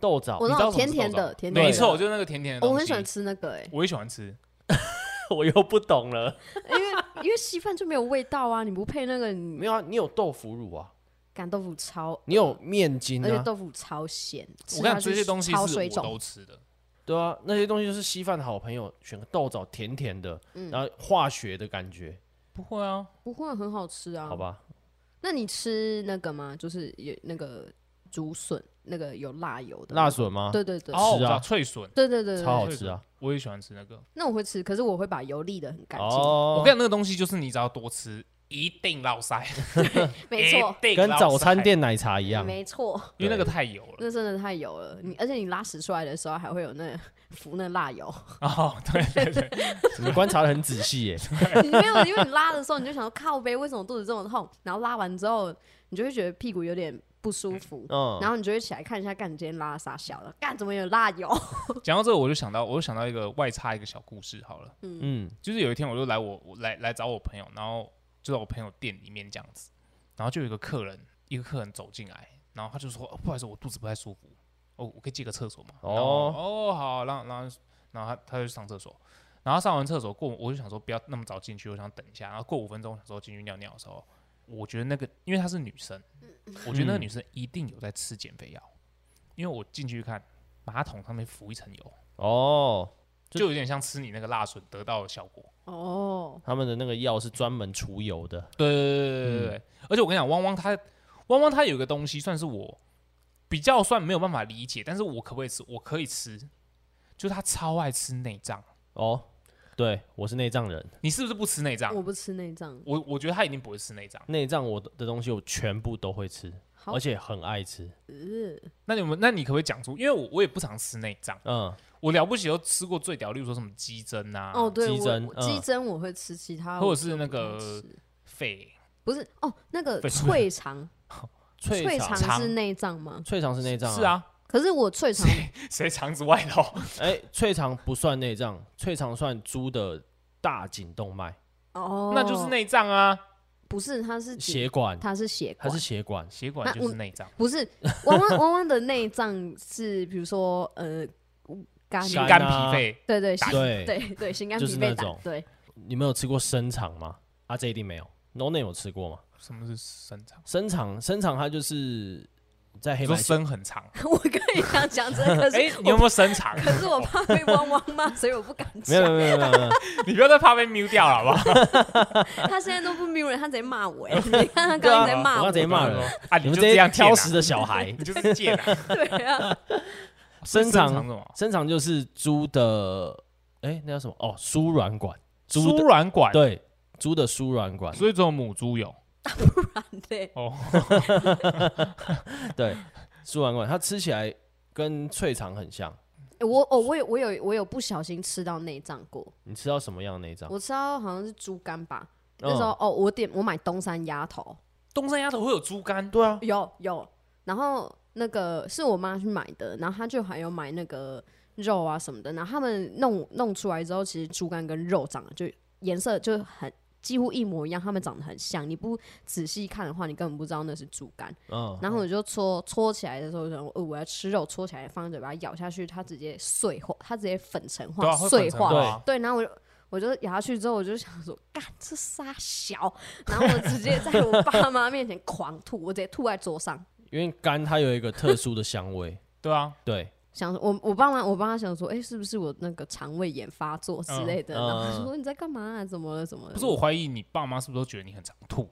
C: 豆枣
B: 粉，我
A: 哦你
B: 那
A: 知道什
B: 种
A: 么
B: 甜
A: 是
B: 甜
A: 豆
B: 的
A: 枣
B: 甜甜的，
A: 没错，就是那个甜甜的东
B: 哦
A: 西。
B: 啊我很喜欢，吃那个哎，
A: 我也喜欢吃。
C: *laughs* 我又不懂了。
B: 因为因为稀饭就没有味道啊，你不配那个，你
C: 没有啊，你有豆腐乳啊？
B: 干豆腐超，
C: 你有面筋
B: 而且
C: 啊？
B: 豆腐超咸，吃
A: 我看
B: 下
A: 这
B: 去
A: 些东西
B: 超
A: 是
B: 水
A: 我
B: 肿。
A: 都吃的，
C: 对啊，那些东西就是稀饭的好朋友，选个豆枣，甜甜的，
B: 嗯
C: 然后化学的感觉，
A: 不会啊，
B: 不会很好吃啊。
C: 好，吧？
B: 那你吃那个吗？就是有那个竹笋，那个有辣油的
C: 辣
B: 笋。
C: 笋吗？
B: 对对对，
A: 哦，我
C: 吃
A: 知
C: 啊
A: 道脆笋，
B: 对对对对
C: 超
B: 对，
C: 好吃啊！
A: 我也喜欢吃那个。
B: 那我会吃，可是我会把油沥的很干净。
C: 哦，
A: 我跟你讲，那个东西就是你只要多吃，一定落腮，
B: 没错，，
C: 跟早餐，店奶茶哎一样，
B: 没错，
A: 因为那个太油了。
B: 那真的太油了。
C: 嗯
B: 你而且你拉屎出来的时候还会有那浮那辣
C: *laughs*
B: 油，
A: 哦，对
B: *laughs*
A: 对对，
C: 你观察的很仔细耶。
B: 你没有，因为你拉的时候你就想说靠背为什么肚子这么痛，然后拉完之后你就会觉得屁股有点不舒服。
C: *laughs* 嗯，
B: 然后你就会起来看一下，干你今天拉的啥小了？干怎么有辣油？
A: 讲到这个，我就想到，我就想到一个外插一个小故事好了，
C: 嗯，
A: 就是有一天我就来我我来来找我朋友，然后就在我朋友店里面这样子，然后就有一个客人，一个客人走进来，然后他就说、哦不好意思，我肚子不太舒服，哦，我可以借个厕所吗？
C: 哦
A: 然后我哦好，然后然后然后他他就去上厕所，然后上完厕所过，我就想说不要那么早进去，我想等一下，然后过五分钟，我想说进去尿尿的时候，我觉得那个因为她是女生，我觉得那个女生一定有在吃减肥药，因为我进去看马桶上面浮一层油。
C: 哦，
A: 就有点像吃你那个辣笋得到的效果。
B: 哦，
C: 他们的那个药是专门除油的，
A: 对对对对对、而且我跟你讲，汪汪它，汪汪它有一个东西，算是我比较算没有办法理解，但是我可不可以吃？我可以吃，就它超爱吃内脏。
C: 哦，对，我是内脏人，
A: 你是不是不吃内脏
B: 我？不吃内脏，
A: 我我觉得他一定不会吃内脏。
C: 内脏我的的东西我全部都会吃，
B: 好
C: 而且很爱吃。
A: 那你们，那你可不可以讲出？因为我我也不常吃内脏，
C: 嗯，
A: 我了不起都吃过最屌，例如说什么鸡胗啊，
B: 哦，对，
C: 鸡胗
B: 我我鸡
C: 嗯
B: 胗我会吃，其他
A: 或
B: 我
A: 者是
B: 就
A: 那
B: 不太
A: 个
B: 吃
A: 肺
B: 不是哦，那个
A: 对
B: 脆肠，
C: 脆
B: 肠
C: 肠，
B: 是
A: 肠
B: 内脏吗？
C: 脆肠是内脏，
A: 是，啊，
B: 可是我脆肠
A: 谁肠子外露？
C: 哎，脆肠不算内脏，脆肠算猪的大颈动脉
B: 哦，
A: 那就是内脏啊，
B: 不是，它是指
C: 血管，
B: 它是血
C: 它
B: 管
C: 是，血管，
A: 血管
B: 那
A: 就
B: 我
A: 是内脏，
B: 不是汪汪汪汪的内脏是比如说呃肝，
A: 心
C: 肝
A: 肝
C: 啊
A: 脾肺。
B: 对对心
C: 对，
B: 对对心肝
C: 就
B: 脾
C: 是
B: 肺
C: 那
B: 胆
C: 种，
B: 对 *laughs*
C: 你们有吃过生肠吗？啊，这一定没有。No name 有吃过吗？
A: 什么是生肠？
C: 生肠，生肠它就是在黑
A: 你说
C: 白切，
A: 生很长。
B: 我跟你讲讲这个，可
A: 哎、
B: 是
A: 你有
B: 我
A: 没有生肠？
B: 可是我怕被汪汪骂，所以我不敢
C: 没有
B: 讲。
C: 没有没有没有没有，
A: *laughs* 你不要再怕被 mute 掉了，好不好？
C: *laughs*
B: 他现在都不 mirror，他直接骂我，哎，你看他刚刚在骂
C: 我
B: 我
C: 刚，才骂人，
A: *laughs* 啊！
C: 你
A: 你
C: 们
A: 就
C: 这些
A: 样
C: 挑
A: 挑
C: 食，的小
A: *laughs*
C: 孩
A: 你，就是贱
C: *laughs*
A: 啊！
B: 对啊，
C: 生
A: 肠
C: 肠
A: 什么？
C: 生肠就是猪的，哎，那叫什么？哦，输卵管，猪
A: 输
C: 的，
A: 卵管，
C: 对，猪的输卵管，
A: 所以只有母猪有。
B: 对，
A: 哦，
C: 对，输卵管，它吃起来跟脆肠很像。
B: 欸我哦，我有我有我有不小心吃到内脏过，
C: 你吃到什么样的内脏？
B: 我吃到好像是猪肝吧。那
A: 嗯
B: 时候哦，我点我买东山鸭头，
A: 东山鸭头会有猪肝，
C: 对啊，
B: 有有，然后那个是我妈去买的，然后她就还有买那个肉啊什么的，然后他们弄弄出来之后，其实猪肝跟肉长得就颜色就很几乎一模一样，它们长得很像，你不仔细看的话，你根本不知道那是猪肝。
C: 嗯，
B: 然后我就搓搓起来的时候，我想说呃我要吃肉，搓起来放在嘴巴咬下去，它直接碎化，它直接粉尘
A: 对
B: 化、
A: 啊，会
B: 碎
A: 粉尘
B: 化，
A: 化。
B: 对，然后我就我就咬下去之后，我就想说，干这仨小， *laughs* 然后我直接在我爸妈面前狂吐，我直接吐在桌上，
C: 因为肝它有一个特殊的香味，
A: 对啊，
C: 对，
B: 想说我我爸妈我爸妈想说，哎、是不是我那个肠胃炎发作之类的？
C: 嗯
B: 然后他
C: 嗯
B: 说你在干嘛、啊？怎么了？怎么了？
A: 不是我怀疑你爸妈是不是都觉得你很常吐？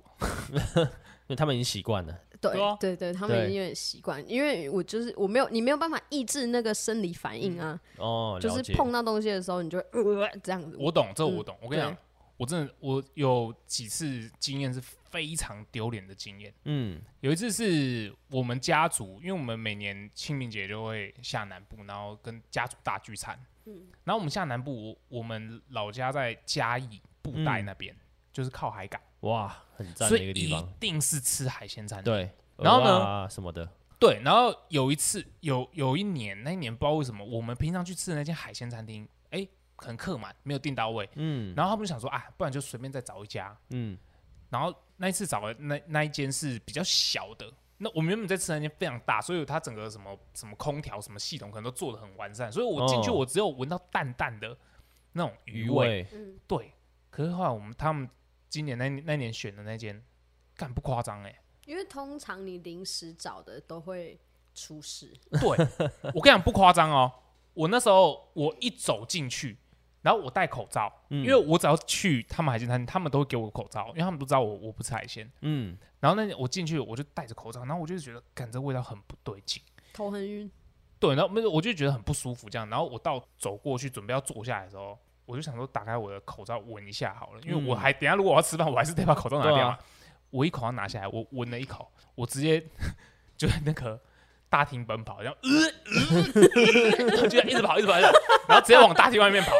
C: 因为他们已经习惯了。
B: 对
A: 对啊
B: 对对，他们已
C: 对
B: 经有点习惯，因为我就是我没有你没有办法抑制那个生理反应啊，
C: 哦，
B: 就
C: 了
B: 是
C: 解
B: 碰到东西的时候，你就会呃这样子。
A: 我懂，这我懂。我跟你
B: 对
A: 讲，我真的我有几次经验是非常丢脸的经验。
C: 嗯，
A: 有一次是我们家族，因为我们每年清明节就会下南部，然后跟家族大聚餐。然后我们下南部，我我们老家在嘉义布袋那边，就是靠海港，
C: 哇，很赞
A: 所
C: 的嗯
A: 以
C: 一个地
A: 一
C: 方。
A: 定是吃海鲜餐。
C: 对，
A: 然后呢
C: 鹅啊什么的，
A: 对，然后有一次有有一年，那一年不知道为什么，我们平常去吃的那间海鲜餐厅，哎，可能客满，没有订到位。
C: 嗯
A: 然后他们就想说啊，不然就随便再找一家。
C: 嗯，
A: 然后那一次找的那那一间是比较小的，那我们原本在吃那间非常大，所以它整个什么什么空调什么系统可能都做的很完善，所以我进去
C: 哦
A: 我只有闻到淡淡的那种鱼
C: 鱼
A: 味。
C: 味
B: 嗯
A: 对，可是后来我们他们今年那那年选的那间，干不夸张哎，
B: 因为通常你临时找的都会出事，
A: 对，我跟你讲不夸张哦，我那时候我一走进去，然后我戴口罩，因为我只要去他们海鲜餐厅，他们都会给我口罩，因为他们都知道我我不吃海鲜。
C: 嗯，
A: 然后那我进去我就戴着口罩，然后我就觉得，感这味道很不对劲。
B: 头很晕。
A: 对，然后没有，我就觉得很不舒服这样。然后我到走过去准备要坐下来的时候，我就想说打开我的口罩闻一下好了，因为我
C: 嗯
A: 还、等一下如果我要吃饭，我还是得把口罩拿
C: 对
A: 掉
C: 啊
A: 嘛。我一口罩拿下来，我闻了一口，我直接 *laughs* 就在那个大厅奔跑，然后呃，呃呃就一直跑，一直跑，一直跑，然后直接往大厅外面跑。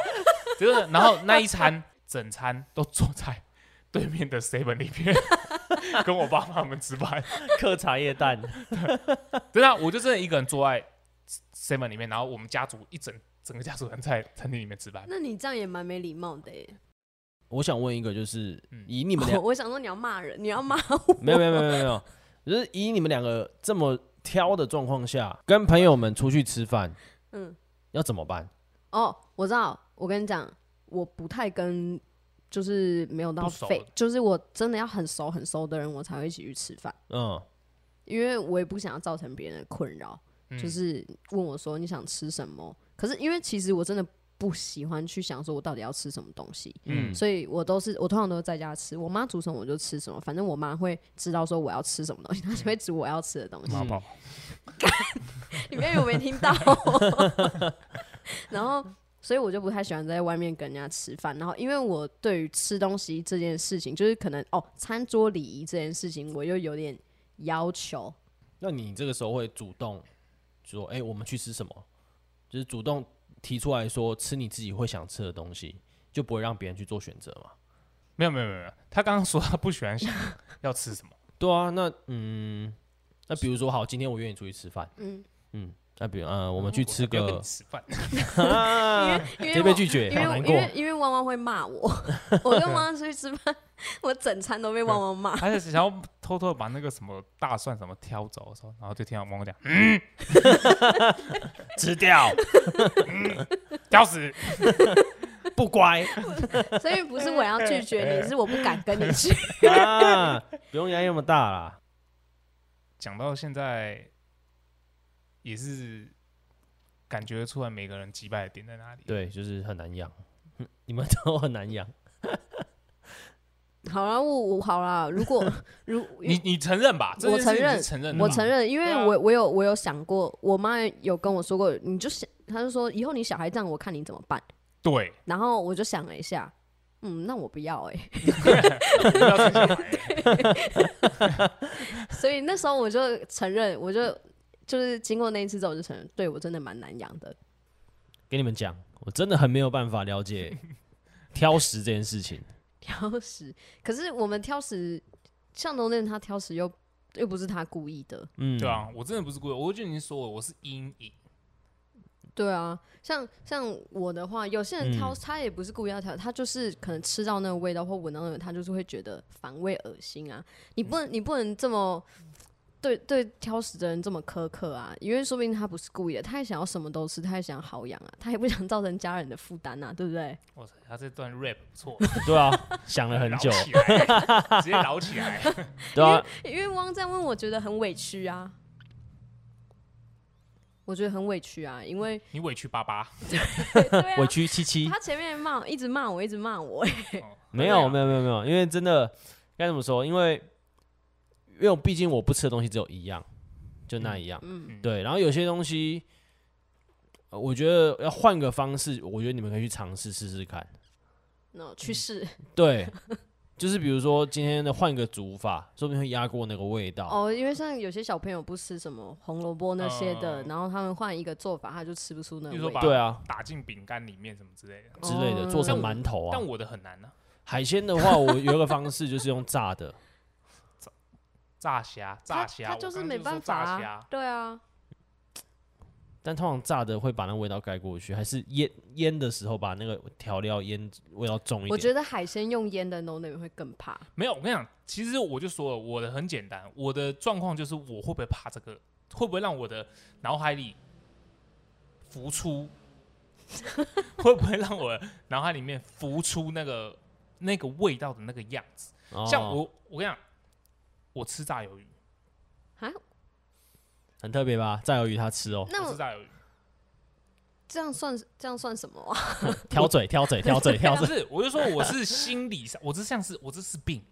A: 就是，然后那一餐整餐都坐在对面的 seven 里面，跟我爸妈们吃饭。
C: 嗑茶叶蛋，
A: 真的啊、我就真的一个人坐在 seven 里面，然后我们家族一整整个家族人在餐厅里面吃饭。
B: 那你这样也蛮没礼貌的欸耶。，
C: *laughs* 我想问一个，就是
A: 嗯
C: 以你们
B: *laughs*
C: 俩
B: 我想说你要骂人，你要骂
C: 没有没有没有没有没有，就是以你们两个这么挑的状况下，跟朋友们出去吃饭
B: 嗯，
C: 要怎么办？
B: 哦，我知道，我跟你讲，我不太跟，就是没有到
A: 不熟
B: 废
A: 的，
B: 就是我真的要很熟很熟的人，我才会一起去吃饭，
C: 嗯，
B: 因为我也不想要造成别人的困扰，
A: 嗯
B: 就是问我说你想吃什么，可是因为其实我真的不喜欢去想说我到底要吃什么东西，
A: 嗯
B: 所以我都是我通常都是在家吃，我妈煮什么我就吃什么，反正我妈会知道说我要吃什么东西，她
A: 嗯
B: 就会煮我要吃的
C: 嗯
B: 东西。
A: 妈宝，
B: 你们有没听到？然后，所以我就不太喜欢在外面跟人家吃饭。然后，因为我对于吃东西这件事情，就是可能哦，餐桌礼仪这件事情，我又有点要
C: *laughs*
B: 求。
C: 那你这个时候会主动说，哎、我们去吃什么？就是主动提出来说，吃你自己会想吃的东西，就不会让别人去做选择嘛？
A: 没有没有没有没有，他刚刚说他不喜欢想要吃什么，
C: 对啊，那嗯，那比如说好，今天我约你出去吃饭，
B: 嗯，哦
C: 嗯，那比如嗯、我们去吃
A: 我才不要跟
C: 个
A: 你，吃饭，
C: 啊
B: 因
C: 直接
B: 为
C: 被
B: 我
C: 拒绝，
B: 因
C: 好
B: 为
C: 难
B: 因
C: 过
B: 为。因为汪汪会骂
C: *laughs*
B: 我，我跟汪汪出去吃饭，我整餐都被汪汪
C: *laughs*
B: 骂。
A: 他是想要偷偷地把那个什么大蒜什么挑走的时候，然后就听到汪汪讲，嗯，
C: *laughs*
A: 吃掉，嗯，挑死，
C: *laughs* 不乖
B: 所以不是我要拒绝
C: *laughs*
B: 你，是我不敢跟你去。
C: 啊，不用压力那么大啦。
A: *laughs* 讲到现在也是感觉出来每个人击败的点在哪里。
C: 对，就是很难养，你们 *laughs* 都很难养。
B: *laughs* 好啦，我我好啦，如果如
A: 你你承认吧？这件事
B: 承
A: 你是
B: 认
A: 承认的
B: 我
A: 嘛
B: 承认，因为
A: 对啊
B: 我我有我有想过，我妈有跟我说过，你就想，她就说以后你小孩这样，我看你怎么办。
A: 对，
C: *laughs*
B: 然后我就想了一下，嗯，那我不要哎、
A: 不要生小孩
B: *laughs* 所以那时候我就承认，我就就是经过那一次之后，我就承认，对我真的蛮难养的。
C: 跟你们讲，我真的很没有办法
A: *laughs*
C: 了解挑食这件事情。
B: 挑食，可是我们挑食，像龙念他挑食又又不是他故意的，
C: 嗯，
A: 对啊，我真的不是故意，我就已经说我我是阴影，
B: 对啊，像像我的话，有些人挑、
C: 嗯
B: 他也不是故意要挑，他就是可能吃到那个味道或闻到那个，他就是会觉得反胃恶心啊。你不能、你不能这么对对挑食的人这么苛刻啊，因为说不定他不是故意的，他也想要什么都吃，他也想好养啊，他也不想造成家人的负担啊，对不对？ *laughs*
A: 我操，他这段 rap 不错，
C: *laughs* 对啊，想了
A: *laughs*
C: 很久
A: 饶，起
C: *laughs*
A: 来直接饶起来。
C: 对啊，
B: 因为汪这样问，我觉得很委屈啊。我觉得很委屈啊，因为
A: 你委屈巴巴，
B: 对啊
C: *laughs* 委屈七七，
B: 他前面骂一直骂我，一直骂我， *laughs*
C: 没
A: 对
C: 有
A: 啊
C: 没有没有没有，因为真的该怎么说？因为因为我毕竟我不吃的东西只有一样，就那一样。
B: 嗯，
C: 对，然后有些东西，呃我觉得要换个方式，我觉得你们可以去尝试试试看。
B: 那去世 *laughs*
C: 对，就是比如说今天的换个煮法，说不定会压过那个味道。
B: 哦，因为像有些小朋友不吃什么红萝卜那些的，
A: 嗯
B: 然后他们换一个做法，他就吃不出那
A: 比如
B: 个
A: 说
B: 味
A: 把
B: 道。
C: 对啊，
A: 打进饼干里面什么之类的。
C: 之类的，做成馒头啊
A: 嗯但。我的很难呢、
C: 海鲜的话，我有一个方式就是用炸的， *laughs*
A: 炸虾，
B: 他
A: 炸虾，
B: 他
A: 我
B: 就是
A: 刚刚
B: 没
A: 说
B: 办法、
A: 炸
B: 啊
A: 虾。，
B: 对啊，
C: 但通常炸的会把那味道盖过去，还是腌腌的时候把那个调料腌味道重一点。
B: 我觉得海鲜用腌的 no 那边会更怕。
A: 没有，我跟你讲，其实我就说了，我的很简单，我的状况就是我会不会怕这个，会不会让我的脑海里浮
B: *laughs*
A: 出，会不会让我的脑海里面浮出那个那个味道的那个样子？
C: 得
A: 像我，我跟你讲，我吃炸鱿鱼，
B: 啊，
C: 很特别吧？占有鱼它吃
B: *laughs*
C: 哦，
B: 那
A: 我
B: 我
A: 是炸鱿鱼，
B: 这样算这样算什么啊？ *laughs*
C: 挑嘴挑嘴挑嘴挑
A: 不
C: 嘴，
A: 是，我就说我是心理上，我这像是我这是病，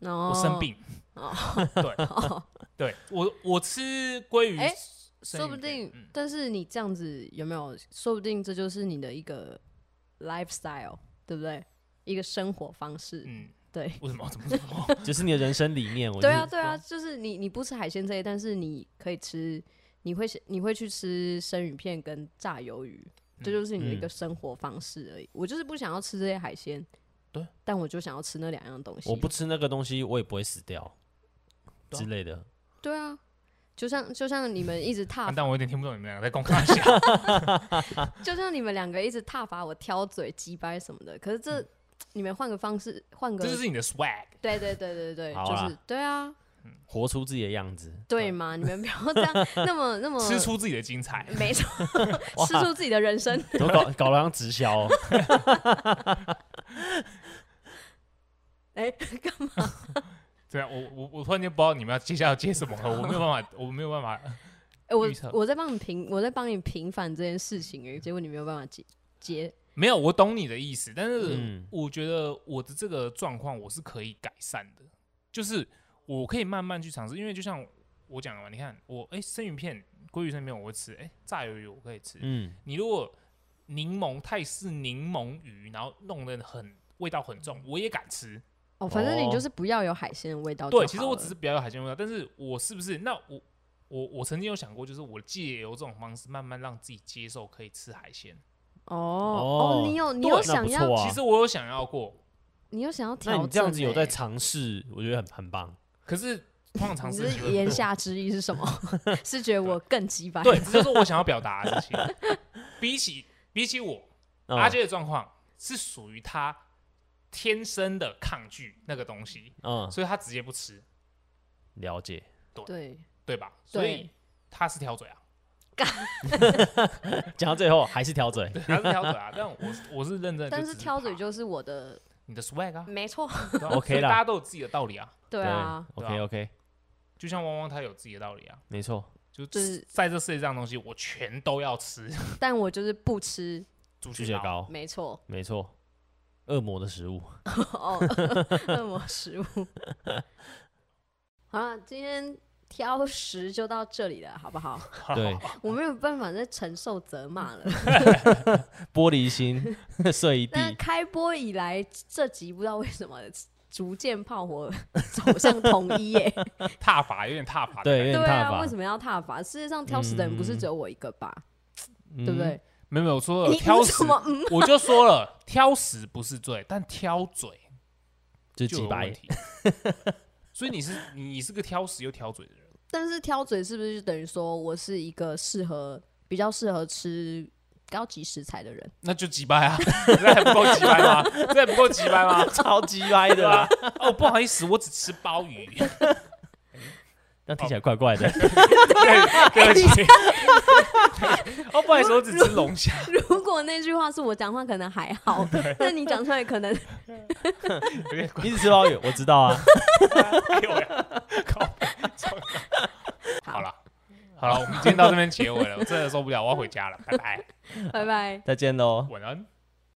B: 我
A: 我生，病，
B: 哦
A: 对
B: 哦
A: 对，我我吃鲑鱼
B: 哎，
A: 生
B: 说
A: 鱼
B: 不
A: 片
B: 定
A: 嗯，
B: 但是你这样子有没有？说不定这就是你的一个 lifestyle，对不对？一个生活方式，
A: 嗯，
B: 对。
A: 为什么怎么怎么？
C: 就是你的人生理念。我
B: 啊对
C: 就
B: 啊，
C: 是
B: 对啊，就是你你不吃海鲜这些，但是你可以吃，你会你会去吃生鱼片跟炸鱿鱼，这就是你的一个生活方式而已。我就是不想要吃这些海鲜，
A: 对，
B: 但我就想要吃那两样东西。
C: 我不吃那个东西，我也不会死掉
A: 对啊
C: 之类的。
B: 对啊，就像就像你们一直踏
A: 啊但我有点听不懂你们两个在公开下，
B: 就像你们两个一直挞伐我挑嘴、鸡掰什么的，可是这、你们换个方式，换个
A: 这就是你的 swag。
B: 对对对对对，
C: 好
B: 就
C: 啦
B: 是对啊，
C: 活出自己的
B: *laughs*
C: 样子，
B: 对嘛，你们不要这样那么那么
A: 吃出自己的精彩，
B: 没错，吃出自己的人生。 *laughs*
C: 都搞搞得像直销哦、
B: 哎，干嘛？
A: 对啊，我我我突然间不知道你们要接下来要接什么了，我没有办法，我没有办法，
B: 哎，我
A: 预测
B: 我在帮你平，我在帮你平反这件事情而已，结果你没有办法解解。
A: 没有，我懂你的意思，但是
C: 嗯
A: 我觉得我的这个状况我是可以改善的，就是我可以慢慢去尝试，因为就像我讲的嘛，你看我哎、生鱼片、鲑鱼生鱼片我会吃，哎、炸鱿鱼我可以吃，
C: 嗯，
A: 你如果柠檬泰式柠檬鱼，然后弄得很味道很重，我也敢吃，
B: 哦，反正
C: 哦
B: 你就是不要有海鲜的味道就好
A: 对，
B: 了。
A: 其实我只是比较有海鲜味道，但是我是不是那我我我曾经有想过，就是我借由这种方式慢慢让自己接受可以吃海鲜。
B: 哦
C: 哦
B: 哦，你有你
C: 对
B: 有
C: 那
B: 想
C: 不
B: 要，
C: 错啊
A: 其实我有想要过，
B: 你有想要调
C: 那
B: 整、
C: 你这样子有在
B: 哎
C: 尝试，我觉得很很棒。
A: 可是通常尝
B: 你
A: 试
B: 是言下之意是什么？ *laughs* 是觉得我更鸡掰？
A: 对，这就是我想要表达的事情。 *laughs* 比起比起我
C: 嗯
A: 阿 J 的状况，是属于他天生的抗拒那个东西，
C: 嗯，
A: 所以他直接不吃，
C: 了解。
B: *laughs* 对，
A: 对吧？
B: 对
A: 所以他是挑嘴啊，
C: 讲到最后还是挑嘴，
A: 对，他是挑嘴啊。但我是我是认真的，
B: 但
A: 只
B: 是挑嘴
A: 怕
B: 就是嗯我的，
A: 你的 swag 啊
B: 没错，
A: 对啊
C: OK
A: 所以
C: 啦
A: 大家都有自己的道理啊。
B: 对啊，
A: 对
C: ，OK
A: 啊
C: OK，
A: 就像汪汪他有自己的道理啊，
C: 没错，
A: 就
B: 就是
A: 在这世界上的东西，我全都要吃。
B: 但我就是不吃，
A: 猪
C: 猪
A: 血
C: 血，糕，
B: 没错，
C: 没错，恶魔的食物。
B: 哦， *laughs* 恶魔食物。 *laughs* 好了，今天挑食就到这里了，好不好？
A: *laughs*
C: 对，
B: 我没有办法再承受责骂了。
C: 玻璃心 *laughs* 碎一
B: *laughs* 那
C: 地，
B: 开播以来，这集不知道为什么逐渐炮火走向统一耶、
A: 踏法有点踏法。
C: 对，有点
B: 对
C: 怕
B: 啊，为
C: 吧？
B: 什么要踏伐？世界上挑食的人不是只有我一个吧？
C: 嗯
B: 对不对？
A: 没有没有，我说了
B: 你
A: 哦挑
B: 为
A: 食
B: 什，么？嗯，
A: 我就说了，挑食不是罪，但挑嘴
C: 就
A: 就有问
C: 几百，
A: 题。 *laughs* 所以你是你是个挑食又挑嘴的人，
B: 但是挑嘴是不是就等于说我是一个适合比较适合吃高级食材
A: *laughs*
B: 的人？
A: 那就鸡掰啊！这还不够鸡掰吗？这还不够鸡掰吗？
C: 超级歪
A: 对
C: 的
A: 吧
C: 啦。？
A: 哦，不好意思，我只吃鲍鱼。
C: *laughs*
A: *laughs*
C: 那听起来怪怪的。
A: 对，对不起。
B: 哎
A: *laughs* 哦，不好意思，我只吃龙虾。
B: 如果那句话是我讲话，可能还好，但你讲出来可能 *laughs*
A: 有点怪
C: 你只吃鲍鱼，我知道啊。
A: 哎呦喂靠背超尴尬好了，好了，我们今天到这边结尾了，我真的受不了，我要回家了，拜拜，
B: 拜拜。
C: 再见喽。
A: *laughs* 晚安。